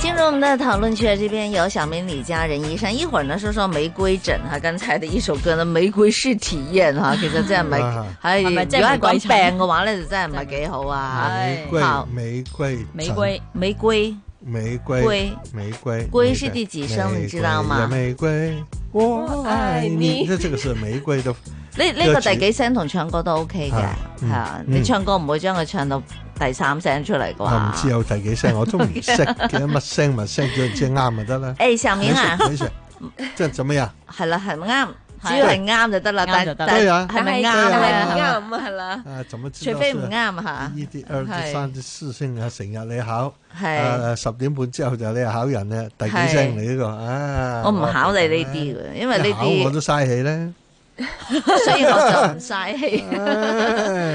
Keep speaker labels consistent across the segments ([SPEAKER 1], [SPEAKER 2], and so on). [SPEAKER 1] 进入我们的讨论区，这边有小明、李佳、人医生。一会儿呢，说说玫瑰疹哈，刚才的一首歌呢，玫瑰式體驗吓，其實
[SPEAKER 2] 啊
[SPEAKER 1] 真係唔係，係
[SPEAKER 3] 係咪
[SPEAKER 1] 如
[SPEAKER 3] 真
[SPEAKER 1] 果係
[SPEAKER 3] 係玫瑰
[SPEAKER 1] 講
[SPEAKER 3] 疹
[SPEAKER 1] 病嘅話咧，就真係唔係幾好啊。
[SPEAKER 3] 哎
[SPEAKER 2] 玫瑰
[SPEAKER 1] 好，
[SPEAKER 2] 玫瑰，
[SPEAKER 3] 玫瑰，
[SPEAKER 1] 玫瑰
[SPEAKER 2] 玫瑰，
[SPEAKER 1] 龟
[SPEAKER 2] 玫瑰，
[SPEAKER 1] 龟是第几声
[SPEAKER 2] 玫瑰
[SPEAKER 1] 你知道吗
[SPEAKER 2] 呀玫瑰，我爱你。那这个是玫瑰的，
[SPEAKER 1] 呢呢個
[SPEAKER 2] 呢個主
[SPEAKER 1] 第幾聲同唱歌都 OK 嘅，
[SPEAKER 2] 啊嗯
[SPEAKER 1] 係啊，
[SPEAKER 2] 嗯
[SPEAKER 1] 你唱歌唔會將佢唱到第三聲出嚟
[SPEAKER 2] 我啊唔知
[SPEAKER 1] 啩？
[SPEAKER 2] 有第幾聲，我都唔識嘅，乜聲乜聲，叫人知啱咪得啦。
[SPEAKER 1] 誒，小明啊，
[SPEAKER 2] 没事，没事这怎么樣？
[SPEAKER 1] 係啦，係咪啱？只要係啱就得啦，
[SPEAKER 3] 啱
[SPEAKER 1] 但
[SPEAKER 3] 就得
[SPEAKER 1] 但
[SPEAKER 2] 啊對啊
[SPEAKER 1] 係咪啱
[SPEAKER 2] 對啊
[SPEAKER 1] 啊？
[SPEAKER 4] 唔啱啦。
[SPEAKER 2] 啊，怎么知道？啊
[SPEAKER 1] 除非唔啱啊嚇，
[SPEAKER 2] 呢啲二
[SPEAKER 1] 係
[SPEAKER 2] 啲三啲四聲啊，成日你考，
[SPEAKER 1] 係。
[SPEAKER 2] 誒十點半之後就你考人咧，第幾
[SPEAKER 1] 係
[SPEAKER 2] 聲你呢個啊？
[SPEAKER 1] 我唔考你呢啲嘅，因為呢
[SPEAKER 2] 一啊考我
[SPEAKER 1] 啲
[SPEAKER 2] 都嘥氣咧。
[SPEAKER 1] 所以我就唔嘥 氣。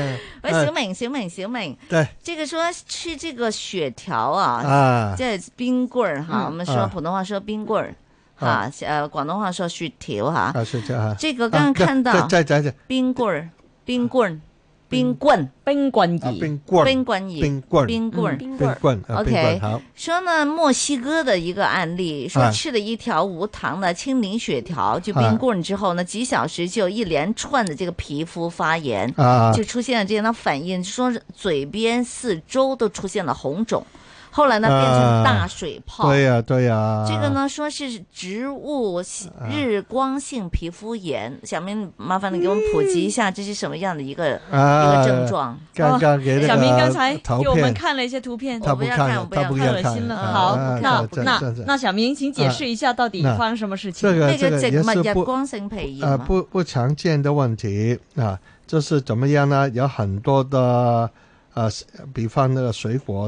[SPEAKER 2] 哎
[SPEAKER 1] 喂，小明，小明，小明，
[SPEAKER 2] 对
[SPEAKER 1] 这个说吃这个雪条啊，
[SPEAKER 2] 啊，
[SPEAKER 1] 即係冰棍儿哈，我们说
[SPEAKER 2] 啊
[SPEAKER 1] 普通话说冰棍儿哈
[SPEAKER 2] 啊，
[SPEAKER 1] 呃，广东话说雪条哈。
[SPEAKER 2] 啊，睡觉啊。
[SPEAKER 1] 这个刚刚看
[SPEAKER 2] 啊
[SPEAKER 1] 到
[SPEAKER 2] 再再再再
[SPEAKER 1] 冰棍儿、冰棍、冰棍、
[SPEAKER 3] 冰棍
[SPEAKER 2] 啊，
[SPEAKER 3] 兒，
[SPEAKER 2] 冰棍
[SPEAKER 1] 冰棍儿、
[SPEAKER 2] 冰棍
[SPEAKER 1] 冰棍儿。
[SPEAKER 2] 冰棍啊，
[SPEAKER 1] OK
[SPEAKER 2] 冰棍好
[SPEAKER 1] 说呢，墨西哥的一个案例，说
[SPEAKER 2] 哎
[SPEAKER 1] 吃了一条无糖的青柠雪条，就
[SPEAKER 2] 哎
[SPEAKER 1] 冰棍儿之后呢，几小时就一连串的这个皮肤发炎，
[SPEAKER 2] 啊
[SPEAKER 1] 就出现了这样的反应，说是嘴边四周都出现了红肿，后来呢变成大水泡。
[SPEAKER 2] 啊对呀对呀，
[SPEAKER 1] 这个呢，说是植物系
[SPEAKER 2] 啊
[SPEAKER 1] 日光性皮肤炎。小明，麻烦你给我们普及一下，这是什么样的一个、
[SPEAKER 2] 啊
[SPEAKER 1] 一个症，状？
[SPEAKER 2] 刚刚给那个呃
[SPEAKER 3] 小明刚才
[SPEAKER 2] 图
[SPEAKER 3] 给我们
[SPEAKER 2] 片，
[SPEAKER 3] 看了一些图片，
[SPEAKER 2] 他不
[SPEAKER 1] 我不要
[SPEAKER 2] 看，他
[SPEAKER 1] 看我不
[SPEAKER 2] 不
[SPEAKER 1] 要
[SPEAKER 2] 要
[SPEAKER 3] 看
[SPEAKER 2] 看
[SPEAKER 3] 恶心了
[SPEAKER 2] 啊
[SPEAKER 3] 好
[SPEAKER 2] 啊
[SPEAKER 1] 那
[SPEAKER 2] 这
[SPEAKER 3] 那
[SPEAKER 2] 这这啊
[SPEAKER 3] 那小明，请解释一下到底
[SPEAKER 2] 那
[SPEAKER 3] 发生什么事情
[SPEAKER 2] 这？个
[SPEAKER 1] 那个
[SPEAKER 2] 这个
[SPEAKER 1] 植
[SPEAKER 2] 也
[SPEAKER 1] 物
[SPEAKER 2] 是
[SPEAKER 1] 日
[SPEAKER 2] 不
[SPEAKER 1] 光性皮炎
[SPEAKER 2] 呃
[SPEAKER 1] 嘛
[SPEAKER 2] 不不常见的问题啊，就是怎么样呢？有很多的呃，比方那个水果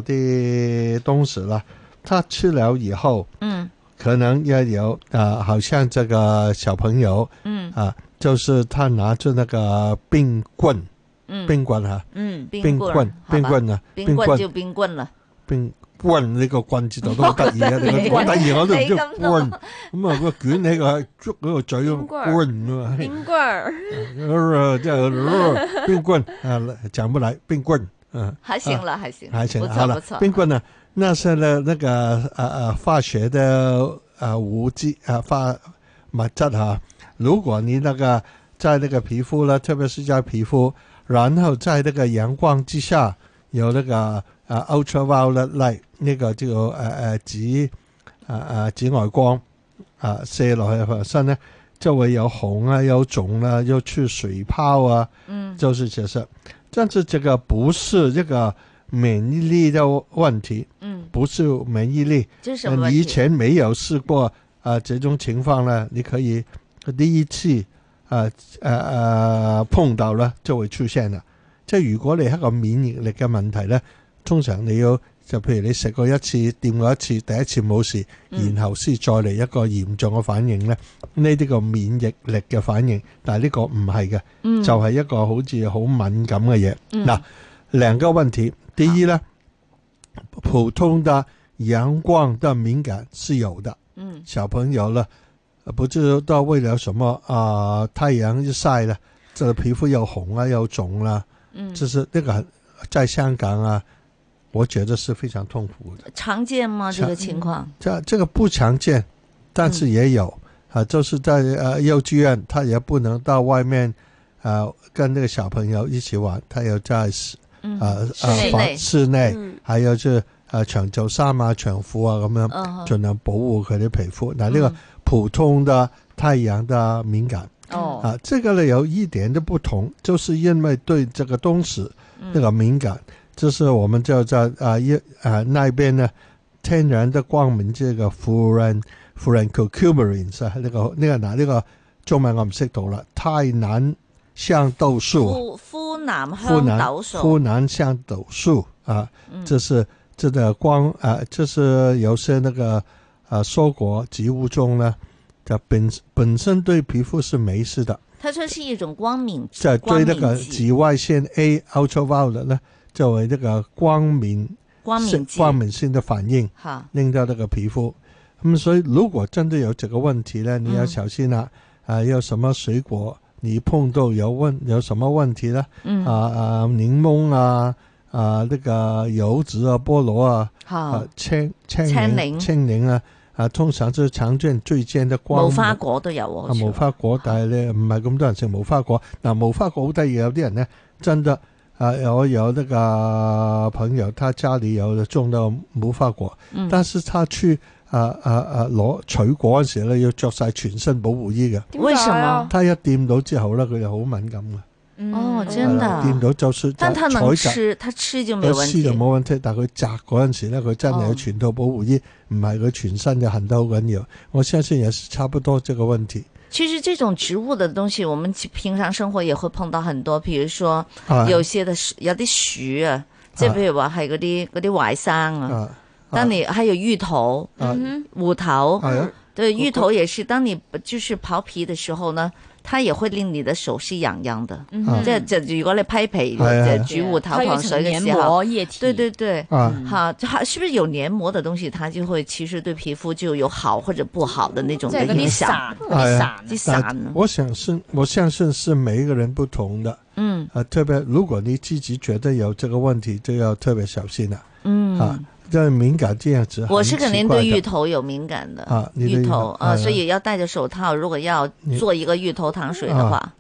[SPEAKER 2] 的东西了，他吃了以后，
[SPEAKER 1] 嗯
[SPEAKER 2] 可能要有啊、呃好像这个小朋友
[SPEAKER 1] 嗯
[SPEAKER 2] 啊、就是他拿着那个冰棍，
[SPEAKER 1] 嗯，
[SPEAKER 2] 冰棍啊，
[SPEAKER 3] 嗯，
[SPEAKER 2] 冰
[SPEAKER 1] 棍
[SPEAKER 2] 棍，，冰
[SPEAKER 1] 好吧，
[SPEAKER 2] 棍啊，
[SPEAKER 1] 冰
[SPEAKER 2] 冰
[SPEAKER 1] 棍
[SPEAKER 2] 棍
[SPEAKER 1] 就，冰棍啦。
[SPEAKER 2] 冰棍呢個棍字度 都好得意啊！你
[SPEAKER 1] 你
[SPEAKER 2] 個棍得意我都唔知
[SPEAKER 1] 你咁多
[SPEAKER 2] 棍，咁啊個卷起個捉嗰個嘴嗰
[SPEAKER 4] 冰
[SPEAKER 2] 個
[SPEAKER 4] 棍
[SPEAKER 2] 棍啊，
[SPEAKER 4] 冰棍儿，
[SPEAKER 2] 呃即係呃冰棍啊，講不來冰棍，嗯，
[SPEAKER 1] 还啊行了，还行，
[SPEAKER 2] 還行
[SPEAKER 1] 不
[SPEAKER 2] 好
[SPEAKER 1] 错不
[SPEAKER 2] 了
[SPEAKER 1] 错，。
[SPEAKER 2] 冰棍呢，那是呢那個呃呃化學的呃無機呃化物質啊，如果你那個在那個皮膚呢，特別是在皮膚，然後在那個陽光之下有那個呃 ultraviolet light 那個叫呃呃紫呃呃紫外光啊射落去個身呢，就會有紅啊，有腫啊，又出水泡啊。
[SPEAKER 1] 嗯
[SPEAKER 2] 就是其实，但是这个不是这个免疫力的问题，
[SPEAKER 1] 嗯，
[SPEAKER 2] 不是免疫力。
[SPEAKER 1] 这是什
[SPEAKER 2] 呃
[SPEAKER 1] 么问
[SPEAKER 2] 你以
[SPEAKER 1] 题？
[SPEAKER 2] 前没有试过啊、呃这种情况呢，你可以第一次啊呃呃碰到呢就會出現啦。即係如果你係一個免疫力嘅問題呢，通常你要就譬如你食過一次、掂過一次，第一次冇事，
[SPEAKER 1] 嗯
[SPEAKER 2] 然後先再嚟一個嚴重嘅反應呢，呢啲個免疫力嘅反應，但係呢個唔係嘅。
[SPEAKER 1] 嗯
[SPEAKER 2] 就係一個好似好敏感嘅嘢。
[SPEAKER 1] 嗯啊
[SPEAKER 2] 嗱、兩個問題，第一呢，普通的陽光的敏感是有的，
[SPEAKER 1] 嗯
[SPEAKER 2] 小朋友呢，呃不知道為了什麼啊、呃太陽一曬呢，這個皮膚又紅啊，又腫啦、
[SPEAKER 1] 嗯，
[SPEAKER 2] 就是那個很在香港啊，我覺得是非常痛苦的。
[SPEAKER 1] 常见吗？这
[SPEAKER 2] 常
[SPEAKER 1] 个情况？
[SPEAKER 2] 这这個不常見，但是也有、
[SPEAKER 1] 嗯
[SPEAKER 2] 啊，就是在呃幼稚園，他也不能到外面，呃跟那個小朋友一起玩，他要在室
[SPEAKER 1] 嗯
[SPEAKER 2] 呃
[SPEAKER 1] 室
[SPEAKER 2] 呃
[SPEAKER 1] 内
[SPEAKER 2] 房室內，
[SPEAKER 4] 嗯，
[SPEAKER 2] 還有就是呃長袖衫啊、長褲啊咁樣，
[SPEAKER 1] 嗯
[SPEAKER 2] 盡量保護佢啲皮膚。那呢個普通的太陽的敏感
[SPEAKER 1] 嗯
[SPEAKER 3] 哦，
[SPEAKER 2] 啊，這個呢有一點的不同，就是因為對這個東西。
[SPEAKER 1] 嗯
[SPEAKER 2] 那个敏感，就是我们就在啊一啊那边呢，天然的光明这个 furan furan c o c u m e r i n s 啊，那个那个嗱呢個中文我唔識讀啦，太南香豆樹，
[SPEAKER 1] 夫夫南
[SPEAKER 2] 湖
[SPEAKER 1] 香
[SPEAKER 2] 南
[SPEAKER 1] 豆
[SPEAKER 2] 湖
[SPEAKER 1] 手，
[SPEAKER 2] 南香豆樹啊，
[SPEAKER 1] 嗯
[SPEAKER 2] 这是这个光啊，就是有些那个啊蔬果植物中呢，它本本身对皮肤是没事的。
[SPEAKER 1] 他说是一种光敏
[SPEAKER 2] 即係對呢個
[SPEAKER 1] 光敏
[SPEAKER 2] 紫外線 A ultraviolet 咧，作為呢個光敏
[SPEAKER 1] 光敏
[SPEAKER 2] 性
[SPEAKER 1] 肌，
[SPEAKER 2] 光敏性的反应
[SPEAKER 1] 好，
[SPEAKER 2] 令到那个皮肤。那、么，所以如果真的有这个问题呢，你要
[SPEAKER 1] 嗯
[SPEAKER 2] 小心了、啊！有什么水果你碰到有问有什么问题呢？
[SPEAKER 1] 嗯，
[SPEAKER 2] 啊啊，柠檬啊啊，那个柚子啊，菠萝啊，
[SPEAKER 1] 好
[SPEAKER 2] 啊，，青青
[SPEAKER 1] 哦青
[SPEAKER 2] 柠
[SPEAKER 1] 柠
[SPEAKER 2] 青柠啊，啊，通常就是常見最尖的光
[SPEAKER 1] 無花
[SPEAKER 2] 啊
[SPEAKER 1] 果都有喎，好似
[SPEAKER 2] 無花果，但係咧唔係咁多人食無花果。嗱、無花果好得意，有啲人咧真得啊，我有那個朋友，他家裡有種到無花果，
[SPEAKER 1] 嗯
[SPEAKER 2] 但是他去啊啊啊攞取果嗰時咧，要着晒全身保護衣嘅。
[SPEAKER 4] 點解啊
[SPEAKER 1] 為嗯什麼？
[SPEAKER 2] 他一掂到之後咧，佢就好敏感嘅。
[SPEAKER 3] 嗯
[SPEAKER 1] 哦
[SPEAKER 2] 係
[SPEAKER 1] 真的
[SPEAKER 2] 啦掂到就算
[SPEAKER 1] 但他能
[SPEAKER 2] 採摘
[SPEAKER 1] 吃，他吃就沒有嗯
[SPEAKER 2] 有
[SPEAKER 1] 問
[SPEAKER 2] 絲就
[SPEAKER 1] 題。
[SPEAKER 2] 冇問題，但係佢摘嗰陣時咧，佢真係有
[SPEAKER 1] 哦
[SPEAKER 2] 全套保護衣，唔係佢全身就痕得好緊要。我相信也是差不多這個問題。
[SPEAKER 1] 其實這種植物的東西，我們其平常生活也會碰到很多，譬如說
[SPEAKER 2] 啊
[SPEAKER 1] 有些的樹有啲樹啊，即係譬如話係嗰啲嗰啲淮山啊，嗯
[SPEAKER 2] 啊，
[SPEAKER 1] 當你還有芋頭、
[SPEAKER 2] 啊
[SPEAKER 1] 芋頭，
[SPEAKER 2] 係啊，
[SPEAKER 1] 对，芋头也是，当你就是刨皮的時候呢，它也會令你的手是癢癢的。
[SPEAKER 3] 嗯
[SPEAKER 2] 啊
[SPEAKER 1] 即係就如果你批皮
[SPEAKER 2] 係係
[SPEAKER 1] 就煮芋頭糖水嘅時候，，
[SPEAKER 3] 液體，
[SPEAKER 1] 對對對。
[SPEAKER 2] 啊
[SPEAKER 1] 好，它是不是有黏膜的東西，它就會其實對皮膚就有好或者不好的那種
[SPEAKER 4] 即
[SPEAKER 1] 的
[SPEAKER 4] 係嗰
[SPEAKER 1] 影
[SPEAKER 4] 啲
[SPEAKER 1] 響。
[SPEAKER 4] 散嗰
[SPEAKER 2] 係
[SPEAKER 4] 啲
[SPEAKER 2] 啊
[SPEAKER 4] 散
[SPEAKER 1] 啲
[SPEAKER 2] 但
[SPEAKER 1] 散，
[SPEAKER 2] 我相信我相信是每一個人不同的。
[SPEAKER 1] 嗯
[SPEAKER 2] 啊，特別如果你自己覺得有這個問題，就要特別小心了啊
[SPEAKER 1] 嗯，。因
[SPEAKER 2] 這敏感這樣子，
[SPEAKER 1] 我是肯定對芋
[SPEAKER 2] 芋
[SPEAKER 1] 頭有敏感的
[SPEAKER 2] 啊你的
[SPEAKER 1] 芋
[SPEAKER 2] 芋頭
[SPEAKER 1] 頭啊，
[SPEAKER 2] 啊
[SPEAKER 1] 所以要戴着手套。如果要做一個芋頭糖水
[SPEAKER 2] 啊
[SPEAKER 1] 的話，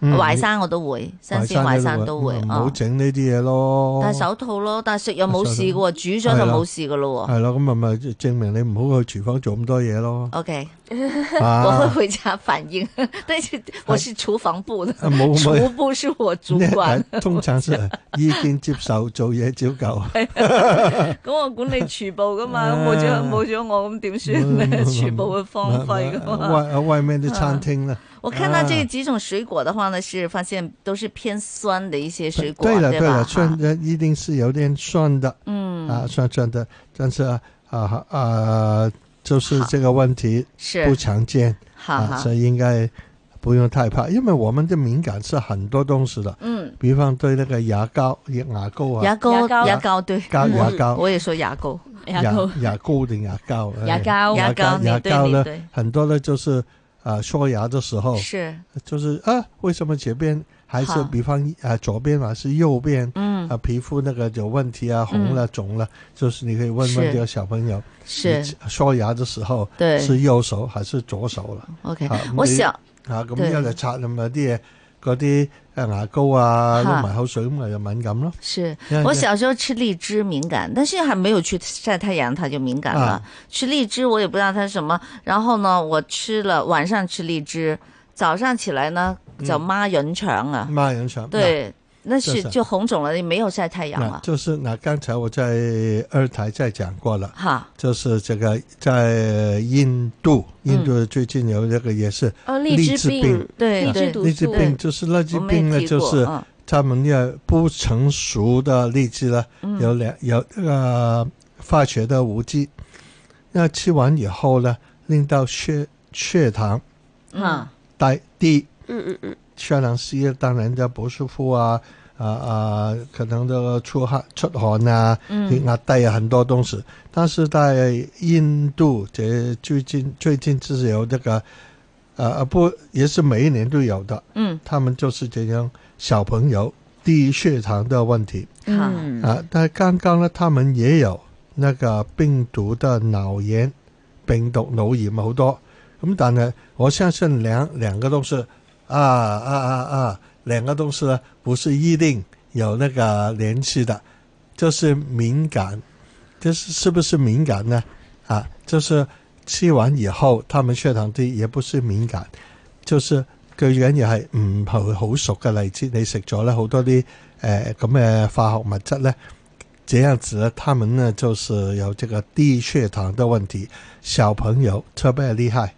[SPEAKER 2] 嗯
[SPEAKER 1] 淮山我都會，新鮮淮山都會
[SPEAKER 2] 唔
[SPEAKER 1] 啊
[SPEAKER 2] 好。整呢啲嘢咯。
[SPEAKER 1] 戴手套咯，但係食又冇事嘅喎，煮咗
[SPEAKER 2] 係
[SPEAKER 1] 就
[SPEAKER 2] 啦
[SPEAKER 1] 冇事嘅咯喎。。
[SPEAKER 2] 係咯，咁咪咪證明你唔好去廚房做咁多嘢咯
[SPEAKER 1] OK，我
[SPEAKER 2] 啊
[SPEAKER 1] 會回家反映， 但是我是廚房部的，
[SPEAKER 2] 啊冇
[SPEAKER 1] 廚
[SPEAKER 2] 冇
[SPEAKER 1] 部是我主管，
[SPEAKER 2] 呢通 常是意見接受，做嘢照舊。
[SPEAKER 1] 咁我管理廚部噶 嘛，
[SPEAKER 2] 啊
[SPEAKER 1] 咁冇咗冇咗我咁點算 咧？廚部會荒廢
[SPEAKER 2] 啊
[SPEAKER 1] 噶嘛。嗯
[SPEAKER 2] 外外面的餐廳呢？
[SPEAKER 1] 我看到
[SPEAKER 2] 啊
[SPEAKER 1] 这幾種水果的話呢，是發現都是偏酸的一些水果，
[SPEAKER 2] 對了
[SPEAKER 1] 對
[SPEAKER 2] 了，
[SPEAKER 1] 吧？
[SPEAKER 2] 酸
[SPEAKER 1] 哈
[SPEAKER 2] 的一定是有點酸的
[SPEAKER 1] 嗯，
[SPEAKER 2] 啊，酸酸的，但是啊啊啊，就是这個問題不
[SPEAKER 1] 是，
[SPEAKER 2] 常見
[SPEAKER 1] 哈
[SPEAKER 2] 啊，
[SPEAKER 1] 哈
[SPEAKER 2] 所，以應該不用太怕，因為我們的敏感是很多東西的，
[SPEAKER 1] 嗯，
[SPEAKER 2] 比方對那個牙膏、牙膏啊。
[SPEAKER 1] 牙膏
[SPEAKER 3] 牙膏
[SPEAKER 1] 牙膏對，
[SPEAKER 2] 牙
[SPEAKER 1] 我
[SPEAKER 2] 牙膏
[SPEAKER 1] 我也說牙膏，哎
[SPEAKER 3] 牙
[SPEAKER 2] 牙
[SPEAKER 3] 膏
[SPEAKER 2] 牙膏定牙膏？哎
[SPEAKER 3] 牙膏
[SPEAKER 1] 牙膏
[SPEAKER 2] 牙
[SPEAKER 1] 你對
[SPEAKER 2] 膏
[SPEAKER 1] 你
[SPEAKER 2] 呢
[SPEAKER 1] 對，
[SPEAKER 2] 很多呢就是啊、刷牙的时候，
[SPEAKER 1] 是，
[SPEAKER 2] 就是啊，为什么这边还是
[SPEAKER 1] 好
[SPEAKER 2] 比方啊、左边还是右边啊、
[SPEAKER 1] 嗯，
[SPEAKER 2] 皮肤那个有问题啊，红了、肿了，就是你可以问问
[SPEAKER 1] 是
[SPEAKER 2] 这个小朋友，
[SPEAKER 1] 是
[SPEAKER 2] 你，刷牙的时候
[SPEAKER 1] 對
[SPEAKER 2] 是右手还是左手了？
[SPEAKER 1] OK，
[SPEAKER 2] 啊
[SPEAKER 1] 我
[SPEAKER 2] 你
[SPEAKER 1] 想。
[SPEAKER 2] 啊，咁
[SPEAKER 1] 對
[SPEAKER 2] 一嚟刷咁有啲嘢，嗰啲誒牙膏啊，
[SPEAKER 1] 嚇
[SPEAKER 2] 撈埋口水咁咪就敏感咯。
[SPEAKER 1] 是
[SPEAKER 2] 因为
[SPEAKER 1] 我
[SPEAKER 2] 这
[SPEAKER 1] 小时候吃荔枝敏感，但是还没有去晒太阳，它就敏感了。
[SPEAKER 2] 啊
[SPEAKER 1] 吃荔枝我也不知道它是什么，然后呢，我吃了晚上吃荔枝，早上起来呢叫妈人肠啊，
[SPEAKER 2] 孖人腸。
[SPEAKER 1] 对，啊那是
[SPEAKER 2] 嗯就是
[SPEAKER 1] 就红肿了，也没有晒太阳
[SPEAKER 2] 那
[SPEAKER 1] 了，
[SPEAKER 2] 就是那刚才我在二台再讲过了，
[SPEAKER 1] 哈，
[SPEAKER 2] 就是这个在印度，
[SPEAKER 1] 嗯
[SPEAKER 2] 印度最近有这个也是
[SPEAKER 4] 哦，
[SPEAKER 2] 荔
[SPEAKER 4] 荔
[SPEAKER 2] 枝
[SPEAKER 4] 枝
[SPEAKER 2] 病
[SPEAKER 4] 病，
[SPEAKER 1] 对
[SPEAKER 4] 荔枝
[SPEAKER 1] 对，
[SPEAKER 4] 毒
[SPEAKER 2] 荔枝
[SPEAKER 4] 素，
[SPEAKER 1] 对
[SPEAKER 2] 病，就是荔枝
[SPEAKER 1] 我们
[SPEAKER 2] 病呢，
[SPEAKER 1] 也提
[SPEAKER 2] 就
[SPEAKER 1] 过，
[SPEAKER 2] 是
[SPEAKER 1] 嗯
[SPEAKER 2] 他们要不成熟的荔枝呢，
[SPEAKER 1] 嗯
[SPEAKER 2] 有两有那个化学的无机，那吃完以后呢，令到血血糖
[SPEAKER 1] 嗯
[SPEAKER 3] 嗯，
[SPEAKER 2] 低低，
[SPEAKER 4] 嗯嗯嗯，
[SPEAKER 2] 血糖低，当然就不舒服啊。啊啊，可能都出汗、出汗啊，血压低啊，很多东西。但是在印度，这最近最近就是有这个，呃呃，不，也是每一年都有的。
[SPEAKER 1] 嗯，
[SPEAKER 2] 他们就是这样小朋友低血糖的问题
[SPEAKER 1] 好，
[SPEAKER 3] 嗯
[SPEAKER 2] 啊。但刚刚呢，他们也有那个病毒的脑炎、病毒脑炎啊好多。咁但係我相信兩兩個都是啊啊啊啊，兩個都是呢，不是一定有那個聯繫的，就是敏感，就是是不是敏感呢？啊，就是吃完以後，他們血糖低也不是敏感，就是佢緊要係唔係好熟嘅荔枝，你食咗咧好多啲誒呃咁嘅化學物質咧。這樣子呢，他們呢就是有這個低血糖的問題，小朋友特別厲害。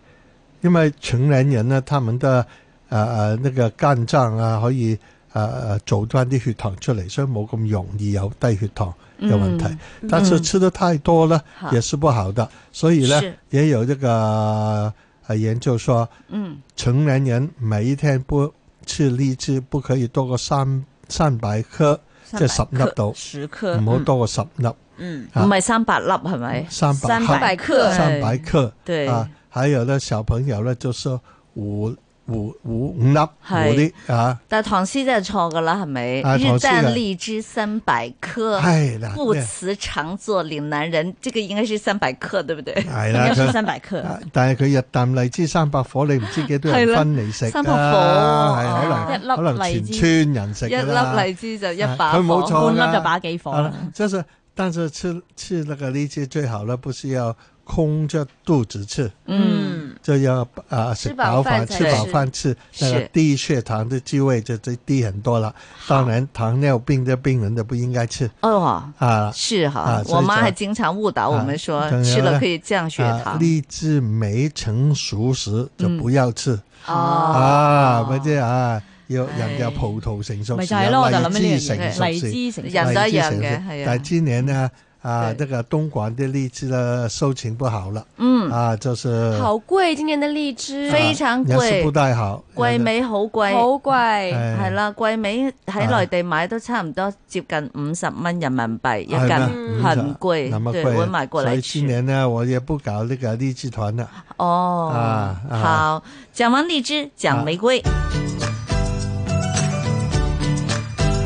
[SPEAKER 2] 因為成年人呢，他們的呃呃那個肝臟啊，可以呃呃做翻啲血糖出嚟，所以冇咁容易有低血糖嘅問題。
[SPEAKER 1] 嗯
[SPEAKER 2] 但是吃得太多呢，
[SPEAKER 1] 好
[SPEAKER 2] 也是不好的。所以
[SPEAKER 1] 嗯
[SPEAKER 2] 呢
[SPEAKER 1] 是，
[SPEAKER 2] 也有這個呃研究說，
[SPEAKER 1] 嗯，
[SPEAKER 2] 成年人每一天不吃荔枝不可以多過三三百克，即係十粒到。
[SPEAKER 3] 十克，
[SPEAKER 1] 嗯
[SPEAKER 2] 唔好多過十粒。
[SPEAKER 3] 嗯，
[SPEAKER 2] 啊
[SPEAKER 1] 唔系三百粒系咪？
[SPEAKER 2] 三百
[SPEAKER 1] 三
[SPEAKER 2] 克
[SPEAKER 1] 百克，
[SPEAKER 2] 三百克，
[SPEAKER 1] 对
[SPEAKER 2] 啊，还有呢小朋友呢，就是五五五五粒
[SPEAKER 1] 係
[SPEAKER 2] 五粒啊，
[SPEAKER 1] 但系唐诗真系错噶啦，系咪？
[SPEAKER 2] 啊唐
[SPEAKER 1] 日
[SPEAKER 2] 詩嘅
[SPEAKER 1] 啖荔枝三百颗，
[SPEAKER 2] 系啦，
[SPEAKER 1] 不辞长作岭南人。这个应该是三百克，对不对？
[SPEAKER 2] 系
[SPEAKER 3] 应
[SPEAKER 2] 啦
[SPEAKER 3] 该是
[SPEAKER 2] 佢。
[SPEAKER 3] 三百克。
[SPEAKER 2] 哎啊但系佢日啖荔枝三百火，你唔知幾多
[SPEAKER 1] 係
[SPEAKER 2] 人
[SPEAKER 1] 啦
[SPEAKER 2] 分嚟食
[SPEAKER 1] 三百
[SPEAKER 2] 啊？
[SPEAKER 1] 火
[SPEAKER 2] 係
[SPEAKER 1] 啊
[SPEAKER 2] 可能可能
[SPEAKER 3] 一粒荔
[SPEAKER 2] 全
[SPEAKER 3] 枝
[SPEAKER 2] 村人食
[SPEAKER 1] 一
[SPEAKER 2] 㗎啦
[SPEAKER 1] 粒荔枝就一把
[SPEAKER 2] 啊佢冇
[SPEAKER 1] 火
[SPEAKER 2] 錯
[SPEAKER 3] 半
[SPEAKER 2] 啦啊
[SPEAKER 3] 粒就把几火
[SPEAKER 2] 好
[SPEAKER 3] 啦
[SPEAKER 2] 了，，就是但是吃吃那个荔枝最好呢，不是要空着肚子吃，
[SPEAKER 1] 嗯，
[SPEAKER 3] 嗯，
[SPEAKER 2] 就要啊、食饱饭
[SPEAKER 1] 吃饱
[SPEAKER 2] 吃
[SPEAKER 1] 饭才
[SPEAKER 2] 饱饭吃，
[SPEAKER 1] 吃
[SPEAKER 2] 那个低血糖的机会就就低很多了。当然，糖尿病的病人都不应该吃
[SPEAKER 1] 哦，
[SPEAKER 2] 啊。
[SPEAKER 1] 是哈
[SPEAKER 2] 啊，所以
[SPEAKER 1] 我妈
[SPEAKER 2] 就
[SPEAKER 1] 还经常误导我们说
[SPEAKER 2] 啊当然
[SPEAKER 1] 吃了
[SPEAKER 2] 了
[SPEAKER 1] 可以降血
[SPEAKER 2] 啊，
[SPEAKER 1] 糖。
[SPEAKER 2] 荔枝没成熟时就不要吃、
[SPEAKER 1] 哦，
[SPEAKER 2] 啊，咪即係啊，要
[SPEAKER 1] 唉
[SPEAKER 2] 人有葡萄成熟
[SPEAKER 3] 咪
[SPEAKER 2] 時，
[SPEAKER 3] 就係咯，我就
[SPEAKER 2] 有
[SPEAKER 3] 諗
[SPEAKER 2] 荔枝
[SPEAKER 3] 起呢
[SPEAKER 2] 成
[SPEAKER 3] 樣
[SPEAKER 2] 熟
[SPEAKER 3] 嘢，
[SPEAKER 2] 時。
[SPEAKER 3] 荔枝成
[SPEAKER 1] 人
[SPEAKER 3] 熟
[SPEAKER 1] 都一樣嘅
[SPEAKER 2] 荔枝成熟
[SPEAKER 1] 係啊
[SPEAKER 2] 但係今年呢，啊，
[SPEAKER 1] 對
[SPEAKER 2] 那個東莞的荔枝呢，收成不好了，
[SPEAKER 1] 嗯，
[SPEAKER 2] 啊，就是
[SPEAKER 4] 好贵，今年的荔枝
[SPEAKER 1] 非常
[SPEAKER 2] 也是
[SPEAKER 1] 贵，
[SPEAKER 2] 不太好，
[SPEAKER 1] 桂美好贵，
[SPEAKER 4] 好贵，
[SPEAKER 2] 哎
[SPEAKER 1] 系啦，桂美喺內地買都差唔多接近五十蚊人民幣一斤，
[SPEAKER 2] 啊係嗎
[SPEAKER 1] 很
[SPEAKER 2] 那
[SPEAKER 1] 貴，
[SPEAKER 2] 么
[SPEAKER 1] 對，
[SPEAKER 2] 贵
[SPEAKER 1] 我買過
[SPEAKER 2] 所以
[SPEAKER 1] 嚟
[SPEAKER 2] 今
[SPEAKER 1] 吃。
[SPEAKER 2] 年呢，我也不搞那个荔枝团了。
[SPEAKER 1] 哦
[SPEAKER 2] 啊，啊
[SPEAKER 1] 好，講完荔枝，講玫瑰。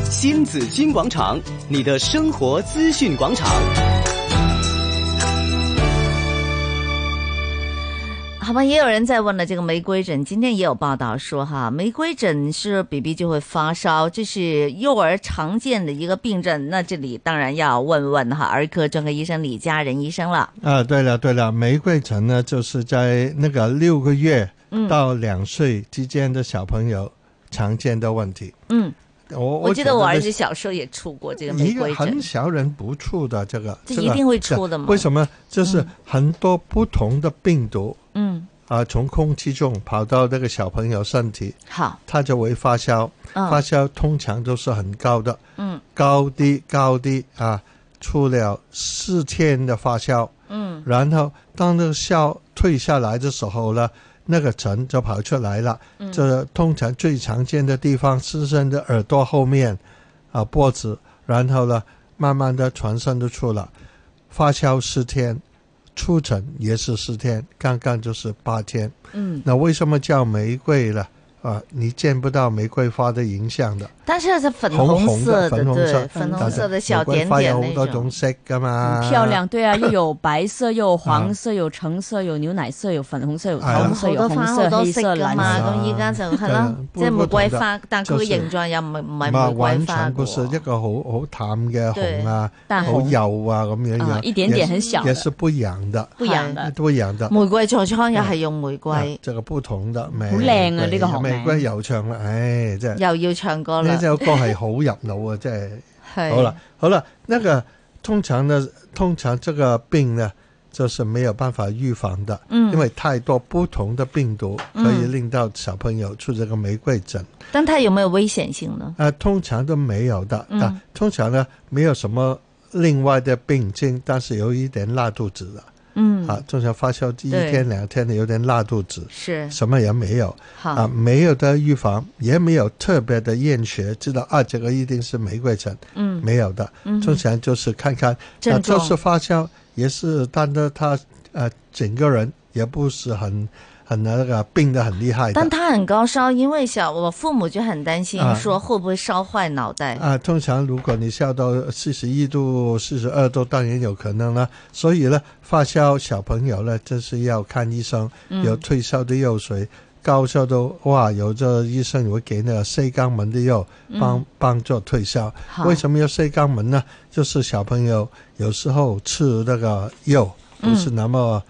[SPEAKER 5] 新紫金广场，你的生活资讯广场。
[SPEAKER 1] 好吧，也有人在问了，这个玫瑰疹，今天也有报道说哈，玫瑰疹是 B B 就会发烧，这是幼儿常见的一个病症。那这里当然要问问哈儿科专科医生李佳仁医生了。
[SPEAKER 2] 啊，对了对了，玫瑰疹呢，就是在那个六个月
[SPEAKER 1] 嗯
[SPEAKER 2] 到两岁之间的小朋友常见的问题。
[SPEAKER 1] 嗯，
[SPEAKER 2] 我
[SPEAKER 1] 我记得我
[SPEAKER 2] 觉
[SPEAKER 1] 儿
[SPEAKER 2] 得
[SPEAKER 1] 子小时候也出过这个玫
[SPEAKER 2] 一个
[SPEAKER 1] 瑰嗯疹
[SPEAKER 2] 很，小人不出的这个，
[SPEAKER 1] 这
[SPEAKER 2] 个
[SPEAKER 1] 一定会出的嘛
[SPEAKER 2] 为什么？就是很多不同的病毒
[SPEAKER 1] 嗯，
[SPEAKER 2] 啊、从空气中跑到那个小朋友身体，
[SPEAKER 1] 好，
[SPEAKER 2] 他就会发烧。发
[SPEAKER 1] 嗯
[SPEAKER 2] 烧通常都是很高的，
[SPEAKER 1] 嗯
[SPEAKER 2] 高低高低啊，出了四天的发烧，
[SPEAKER 1] 嗯，
[SPEAKER 2] 然后当那个烧退下来的时候呢，那个尘就跑出来了。
[SPEAKER 1] 嗯
[SPEAKER 2] 这通常最常见的地方是身的耳朵后面啊脖子，然后呢，慢慢的全身都出了。发烧四天，出疹也是四天，刚刚就是八天。
[SPEAKER 1] 嗯，
[SPEAKER 2] 那为什么叫玫瑰呢？啊，你见不到玫瑰花的影像的。
[SPEAKER 1] 但是它是粉
[SPEAKER 2] 红
[SPEAKER 1] 红
[SPEAKER 2] 红
[SPEAKER 1] 色的，
[SPEAKER 2] 的粉红
[SPEAKER 1] 对，
[SPEAKER 2] 色，
[SPEAKER 1] 粉红
[SPEAKER 2] 但
[SPEAKER 1] 色
[SPEAKER 2] 是
[SPEAKER 1] 的小
[SPEAKER 2] 玫瑰
[SPEAKER 1] 点
[SPEAKER 2] 花
[SPEAKER 1] 点
[SPEAKER 2] 有好
[SPEAKER 1] 那
[SPEAKER 2] 多
[SPEAKER 1] 种
[SPEAKER 2] 种。色噶嘛，
[SPEAKER 3] 很漂。亮。 对啊，又有白色，又有黃
[SPEAKER 2] 啊
[SPEAKER 3] 色，有橙色，有牛奶色，有粉紅色，有
[SPEAKER 2] 係啦
[SPEAKER 3] 糖
[SPEAKER 1] 咁
[SPEAKER 3] 色，
[SPEAKER 1] 好
[SPEAKER 3] 有
[SPEAKER 1] 多
[SPEAKER 3] 紅
[SPEAKER 1] 花
[SPEAKER 3] 色、
[SPEAKER 1] 好多
[SPEAKER 3] 黑
[SPEAKER 1] 色
[SPEAKER 3] 色、
[SPEAKER 1] 噶
[SPEAKER 3] 藍
[SPEAKER 1] 嘛，
[SPEAKER 3] 色。
[SPEAKER 1] 咁依家就係啦
[SPEAKER 2] 嗯，
[SPEAKER 1] 即係玫瑰花，但佢嘅形狀又唔係唔係玫瑰花
[SPEAKER 2] 完全
[SPEAKER 1] 嘅
[SPEAKER 2] 不是一
[SPEAKER 1] 喎。
[SPEAKER 2] 個好好淡嘅紅啊，
[SPEAKER 3] 淡
[SPEAKER 2] 好
[SPEAKER 3] 紅
[SPEAKER 2] 幼啊咁樣
[SPEAKER 3] 啊
[SPEAKER 2] 樣，
[SPEAKER 3] 一點點很
[SPEAKER 2] 也
[SPEAKER 3] 小
[SPEAKER 2] 是也
[SPEAKER 3] 的，
[SPEAKER 2] 是不一樣的，
[SPEAKER 3] 不養的。
[SPEAKER 2] 不一樣的。
[SPEAKER 1] 嗯玫瑰痤瘡又係用玫瑰
[SPEAKER 2] 啊，這個不同的玫
[SPEAKER 3] 好靚啊呢個學名
[SPEAKER 2] 玫瑰又唱啦，唉，真係
[SPEAKER 1] 又要唱歌啦
[SPEAKER 2] 呢，首歌係好入 腦啊，真係。
[SPEAKER 1] 係
[SPEAKER 2] 好了，好了，那个通常呢，通常这个病呢，就是没有办法预防的，
[SPEAKER 1] 嗯
[SPEAKER 2] 因为太多不同的病毒
[SPEAKER 1] 嗯
[SPEAKER 2] 可以令到小朋友出这个玫瑰疹，啊、
[SPEAKER 1] 但它有没有危险性呢？
[SPEAKER 2] 通常都没有的，
[SPEAKER 1] 嗯
[SPEAKER 2] 啊，通常呢没有什么另外的病症，但是有一点拉肚子的，
[SPEAKER 1] 嗯，
[SPEAKER 2] 啊，通常发烧第一
[SPEAKER 1] 对
[SPEAKER 2] 天两天的有点拉肚子，
[SPEAKER 1] 是
[SPEAKER 2] 什么也没有，啊，
[SPEAKER 1] 好，
[SPEAKER 2] 没有的预防，也没有特别的验血，知道啊，这个一定是玫瑰疹，
[SPEAKER 1] 嗯
[SPEAKER 2] 没有的。
[SPEAKER 1] 嗯
[SPEAKER 2] 通常就是看看，
[SPEAKER 1] 症
[SPEAKER 2] 那
[SPEAKER 1] 状
[SPEAKER 2] 就是发烧，也是，但是他呃整个人也不是很很那个病得很厉害
[SPEAKER 1] 但
[SPEAKER 2] 的。
[SPEAKER 1] 他很高烧，因为小我父母就很担心
[SPEAKER 2] 啊，
[SPEAKER 1] 说会不会烧坏脑袋？
[SPEAKER 2] 啊，通常如果你烧到四十一度、四十二度，当然有可能了。所以呢，发烧小朋友呢，就是要看医生，
[SPEAKER 1] 嗯
[SPEAKER 2] 有退烧的药水，高烧的哇，有这医生会给那个泻肛门的药帮、帮助退烧。
[SPEAKER 1] 嗯好
[SPEAKER 2] 为什么要塞肛门呢？就是小朋友有时候吃那个肉
[SPEAKER 1] 嗯
[SPEAKER 2] 不是那么、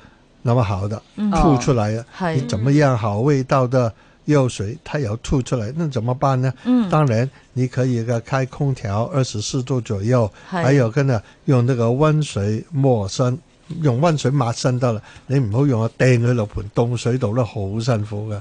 [SPEAKER 2] 那么好的，吐出来了，
[SPEAKER 1] 是
[SPEAKER 2] 你哦哎怎么样好味道的药水，它要吐出来，那怎么办呢？
[SPEAKER 1] 嗯
[SPEAKER 2] 当然你可以个开空调二十四度左右，
[SPEAKER 1] 是
[SPEAKER 2] 还有跟呢用那个温水抹身。用温水抹身得啦，你唔好用啊，掟佢落盆凍水度咧，好辛苦噶，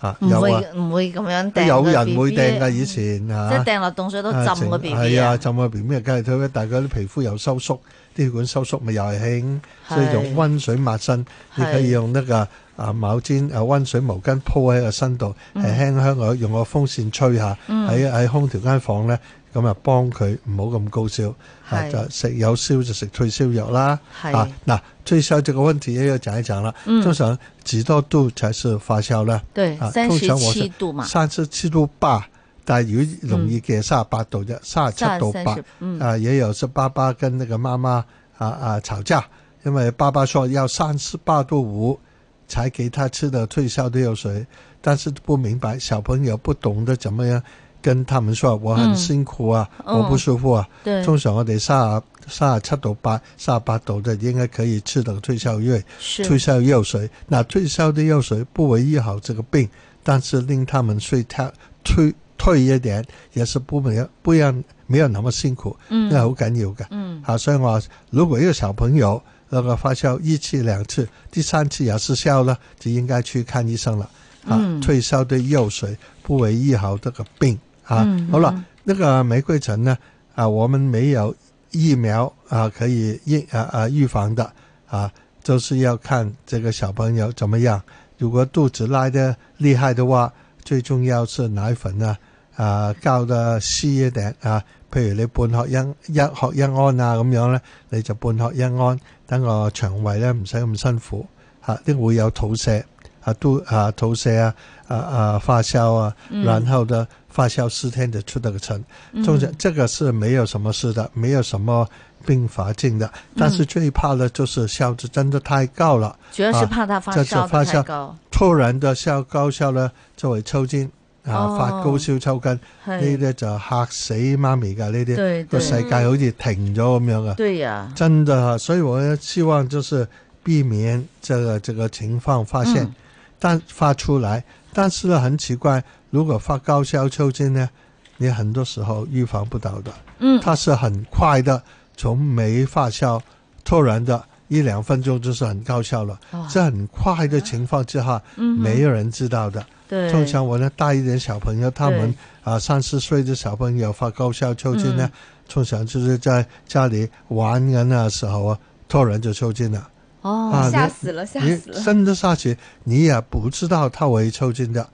[SPEAKER 2] 啊
[SPEAKER 1] 唔
[SPEAKER 2] 有
[SPEAKER 1] 會
[SPEAKER 2] 啊，
[SPEAKER 1] 唔會咁樣掟
[SPEAKER 2] 有
[SPEAKER 1] 個
[SPEAKER 2] 人會
[SPEAKER 1] BB
[SPEAKER 2] 掟噶以前啊，
[SPEAKER 1] 即係掟落凍水都浸個 B
[SPEAKER 2] 系
[SPEAKER 1] B
[SPEAKER 2] 啊，浸個 B B 梗係佢，但係佢啲皮膚又收縮，啲血管收縮咪又係輕，所以用温水抹身，
[SPEAKER 1] 係
[SPEAKER 2] 你可以用呢個啊毛巾啊温水毛
[SPEAKER 1] 嗯
[SPEAKER 2] 巾鋪喺個身度，係輕香佢用個風扇吹下，喺喺空調間房咧，咁啊幫佢唔好咁高燒，啊
[SPEAKER 1] 係
[SPEAKER 2] 就食有燒就食退燒藥啦。
[SPEAKER 1] 係
[SPEAKER 2] 啊，那退燒這個問題也要講一講啦。
[SPEAKER 1] 嗯
[SPEAKER 2] 通常幾多度才是發燒呢？
[SPEAKER 1] 对
[SPEAKER 2] 啊，
[SPEAKER 1] 三
[SPEAKER 2] 通
[SPEAKER 1] 十
[SPEAKER 2] 常我
[SPEAKER 1] 七
[SPEAKER 2] 是
[SPEAKER 1] 度嘛，嗯
[SPEAKER 2] 三十七度八，但係如果容易嘅三十八度啫，三十七
[SPEAKER 1] 三
[SPEAKER 2] 度
[SPEAKER 1] 三
[SPEAKER 2] 八
[SPEAKER 1] 十。，嗯，
[SPEAKER 2] 啊，也有是爸爸跟那个妈妈啊啊吵架，因为爸爸说要三十八度五才给他吃的退烧的药水，但是不明白小朋友不懂得怎么样跟他们说我很
[SPEAKER 1] 嗯
[SPEAKER 2] 辛苦啊，
[SPEAKER 1] 嗯
[SPEAKER 2] 我不舒服啊。
[SPEAKER 1] 对，
[SPEAKER 2] 通常我哋三十三十七度八、三十八度的应该可以吃的退烧药、退
[SPEAKER 1] 是
[SPEAKER 2] 烧药水。那退烧的药水不为医好这个病，但是令他们睡太退退一点，也是不没有不让没有那么辛苦。
[SPEAKER 1] 嗯
[SPEAKER 2] 因為好緊要嘅。
[SPEAKER 1] 嗯
[SPEAKER 2] 啊，所以我話如果一個小朋友那個發燒一次、兩次、第三次也失效了，就應該去看醫生了。啊，
[SPEAKER 1] 嗯
[SPEAKER 2] 退燒的藥水不為醫好這個病啊。
[SPEAKER 1] 嗯
[SPEAKER 2] 好了
[SPEAKER 1] 嗯，
[SPEAKER 2] 那個玫瑰疹呢？啊，我們沒有疫苗啊，可以預啊啊預防的啊，就是要看這個小朋友怎麼樣。如果肚子拉得厲害的話，最重要是奶粉啊啊教得稀一點啊。譬如你半殼一一殼一安啊咁樣咧，你就半殼一安，等個腸胃咧唔使咁辛苦嚇，呢、會有肚瀉啊，都啊肚瀉啊啊啊發燒啊，
[SPEAKER 1] 嗯
[SPEAKER 2] 然後呢發燒四天就出那個疹，通常這個是沒有什麼事的，沒有什麼併發症的，但是最怕的就是效率真的太高了，
[SPEAKER 1] 主要是
[SPEAKER 2] 啊
[SPEAKER 1] 怕他发
[SPEAKER 2] 这次
[SPEAKER 1] 烧
[SPEAKER 2] 发
[SPEAKER 1] 得太
[SPEAKER 2] 烧
[SPEAKER 1] 高，
[SPEAKER 2] 突然的燒高燒咧就會抽筋啊，
[SPEAKER 1] 哦
[SPEAKER 2] 發高燒抽筋，呢
[SPEAKER 1] 嘿
[SPEAKER 2] 啲就嚇死媽咪㗎呢啲。
[SPEAKER 1] 对
[SPEAKER 2] 個
[SPEAKER 1] 对
[SPEAKER 2] 世界好似停咗咁樣啊！
[SPEAKER 1] 对呀，
[SPEAKER 2] 真的啊，所以我希望就是避免这个这个情况发现，
[SPEAKER 1] 嗯
[SPEAKER 2] 但发出来，但是呢很奇怪，如果发高烧抽筋呢，你很多时候预防不到的，
[SPEAKER 1] 嗯
[SPEAKER 2] 它是很快的，从没发烧，突然的一两分钟就是很高效了，
[SPEAKER 1] 哦
[SPEAKER 2] 在很快的情况之下，
[SPEAKER 1] 嗯哼
[SPEAKER 2] 没有人知道的。
[SPEAKER 1] 对，
[SPEAKER 2] 通常我呢大一点小朋友，他们啊三四岁的小朋友发高烧抽筋
[SPEAKER 1] 嗯
[SPEAKER 2] 呢，通常就是在家里玩人的时候啊，突然就抽筋了。
[SPEAKER 1] 哦，
[SPEAKER 2] 啊
[SPEAKER 4] 吓
[SPEAKER 2] 你
[SPEAKER 4] 死了，吓
[SPEAKER 2] 你
[SPEAKER 4] 死了！
[SPEAKER 2] 真的下去，你也不知道他会抽筋的。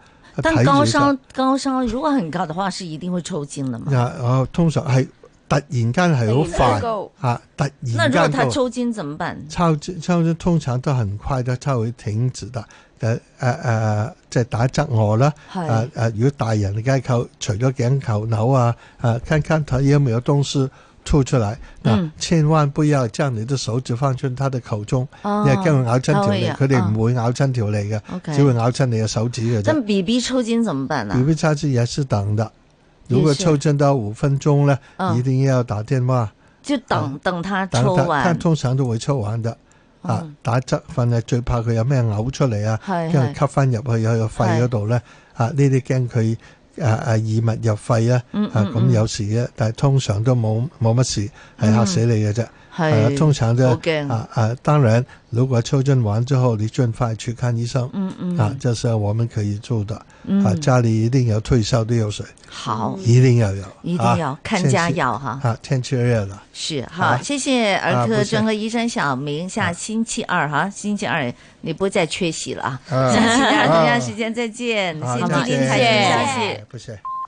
[SPEAKER 1] 但
[SPEAKER 2] 睇
[SPEAKER 1] 高
[SPEAKER 2] 住
[SPEAKER 1] 烧
[SPEAKER 2] 就
[SPEAKER 1] 高烧如果很高的话，是一定会抽筋的嘛。
[SPEAKER 2] 啊，啊通常係突然間係好快
[SPEAKER 4] 夠
[SPEAKER 2] 啊，突
[SPEAKER 1] 那
[SPEAKER 2] 然
[SPEAKER 1] 如果
[SPEAKER 2] 間
[SPEAKER 1] 他
[SPEAKER 2] 就
[SPEAKER 1] 抽筋怎么办？
[SPEAKER 2] 抽筋抽筋通常都很快的，抽會停止的。誒誒誒，即係打側我啦。啊
[SPEAKER 1] 系
[SPEAKER 2] 啊！如果大人梗係靠除咗頸球扭啊，啊看看他有沒有東西吐出來。那、
[SPEAKER 1] 嗯
[SPEAKER 2] 千萬不要將你的手指放進他的口中，
[SPEAKER 1] 哦
[SPEAKER 2] 你係驚佢咬親條
[SPEAKER 1] 他會
[SPEAKER 2] 脷，
[SPEAKER 1] 啊
[SPEAKER 2] 佢哋唔會咬親條脷嘅，
[SPEAKER 1] ，OK
[SPEAKER 2] 只。會咬親你嘅手指嘅啫。
[SPEAKER 1] 但 B B 抽筋怎么办呢、
[SPEAKER 2] 如果差次也是等的，如果
[SPEAKER 1] 也是
[SPEAKER 2] 抽筋到五分鐘呢，
[SPEAKER 1] 嗯
[SPEAKER 2] 一定啊要打電話。
[SPEAKER 1] 就等、等他
[SPEAKER 2] 但
[SPEAKER 1] 抽
[SPEAKER 2] 但但
[SPEAKER 1] 完，
[SPEAKER 2] 通常都會抽完得啊
[SPEAKER 1] 嗯，
[SPEAKER 2] 打側瞓啊，最怕佢有咩嘔出嚟啊，
[SPEAKER 1] 係
[SPEAKER 2] 跟住吸翻入去佢個肺嗰度咧啊，呢啲驚佢啊誒誒異物入肺啊，
[SPEAKER 1] 嗯
[SPEAKER 2] 啊
[SPEAKER 1] 嗯
[SPEAKER 2] 咁有時咧，但係通常都冇冇乜事，係嚇死你嘅啫。係啊，
[SPEAKER 1] 系
[SPEAKER 2] 通常都
[SPEAKER 1] 好驚
[SPEAKER 2] 啊啊，當然如果抽筋完之後，你盡快去看醫生。
[SPEAKER 1] 嗯嗯
[SPEAKER 2] 啊，这是我們可以做的。啊，
[SPEAKER 1] 嗯，
[SPEAKER 2] 家裡一定有退燒的藥水，
[SPEAKER 1] 好，
[SPEAKER 2] 一定要有，
[SPEAKER 1] 一定要、
[SPEAKER 2] 啊
[SPEAKER 1] 看家。
[SPEAKER 2] 天
[SPEAKER 1] 药哈
[SPEAKER 2] 氣。啊，天氣熱了。
[SPEAKER 1] 是好，
[SPEAKER 2] 好啊
[SPEAKER 1] 谢谢儿
[SPEAKER 2] 啊不
[SPEAKER 1] 科
[SPEAKER 2] 是啊
[SPEAKER 1] 专科医生小明，下星期二哈，星期二你不再缺席了啊，
[SPEAKER 2] 啊
[SPEAKER 1] 下星期二同样时间再见，
[SPEAKER 2] 啊
[SPEAKER 1] 新
[SPEAKER 2] 再
[SPEAKER 1] 的
[SPEAKER 2] 见
[SPEAKER 1] 精彩
[SPEAKER 4] 谢谢
[SPEAKER 1] 消息。
[SPEAKER 2] 不是。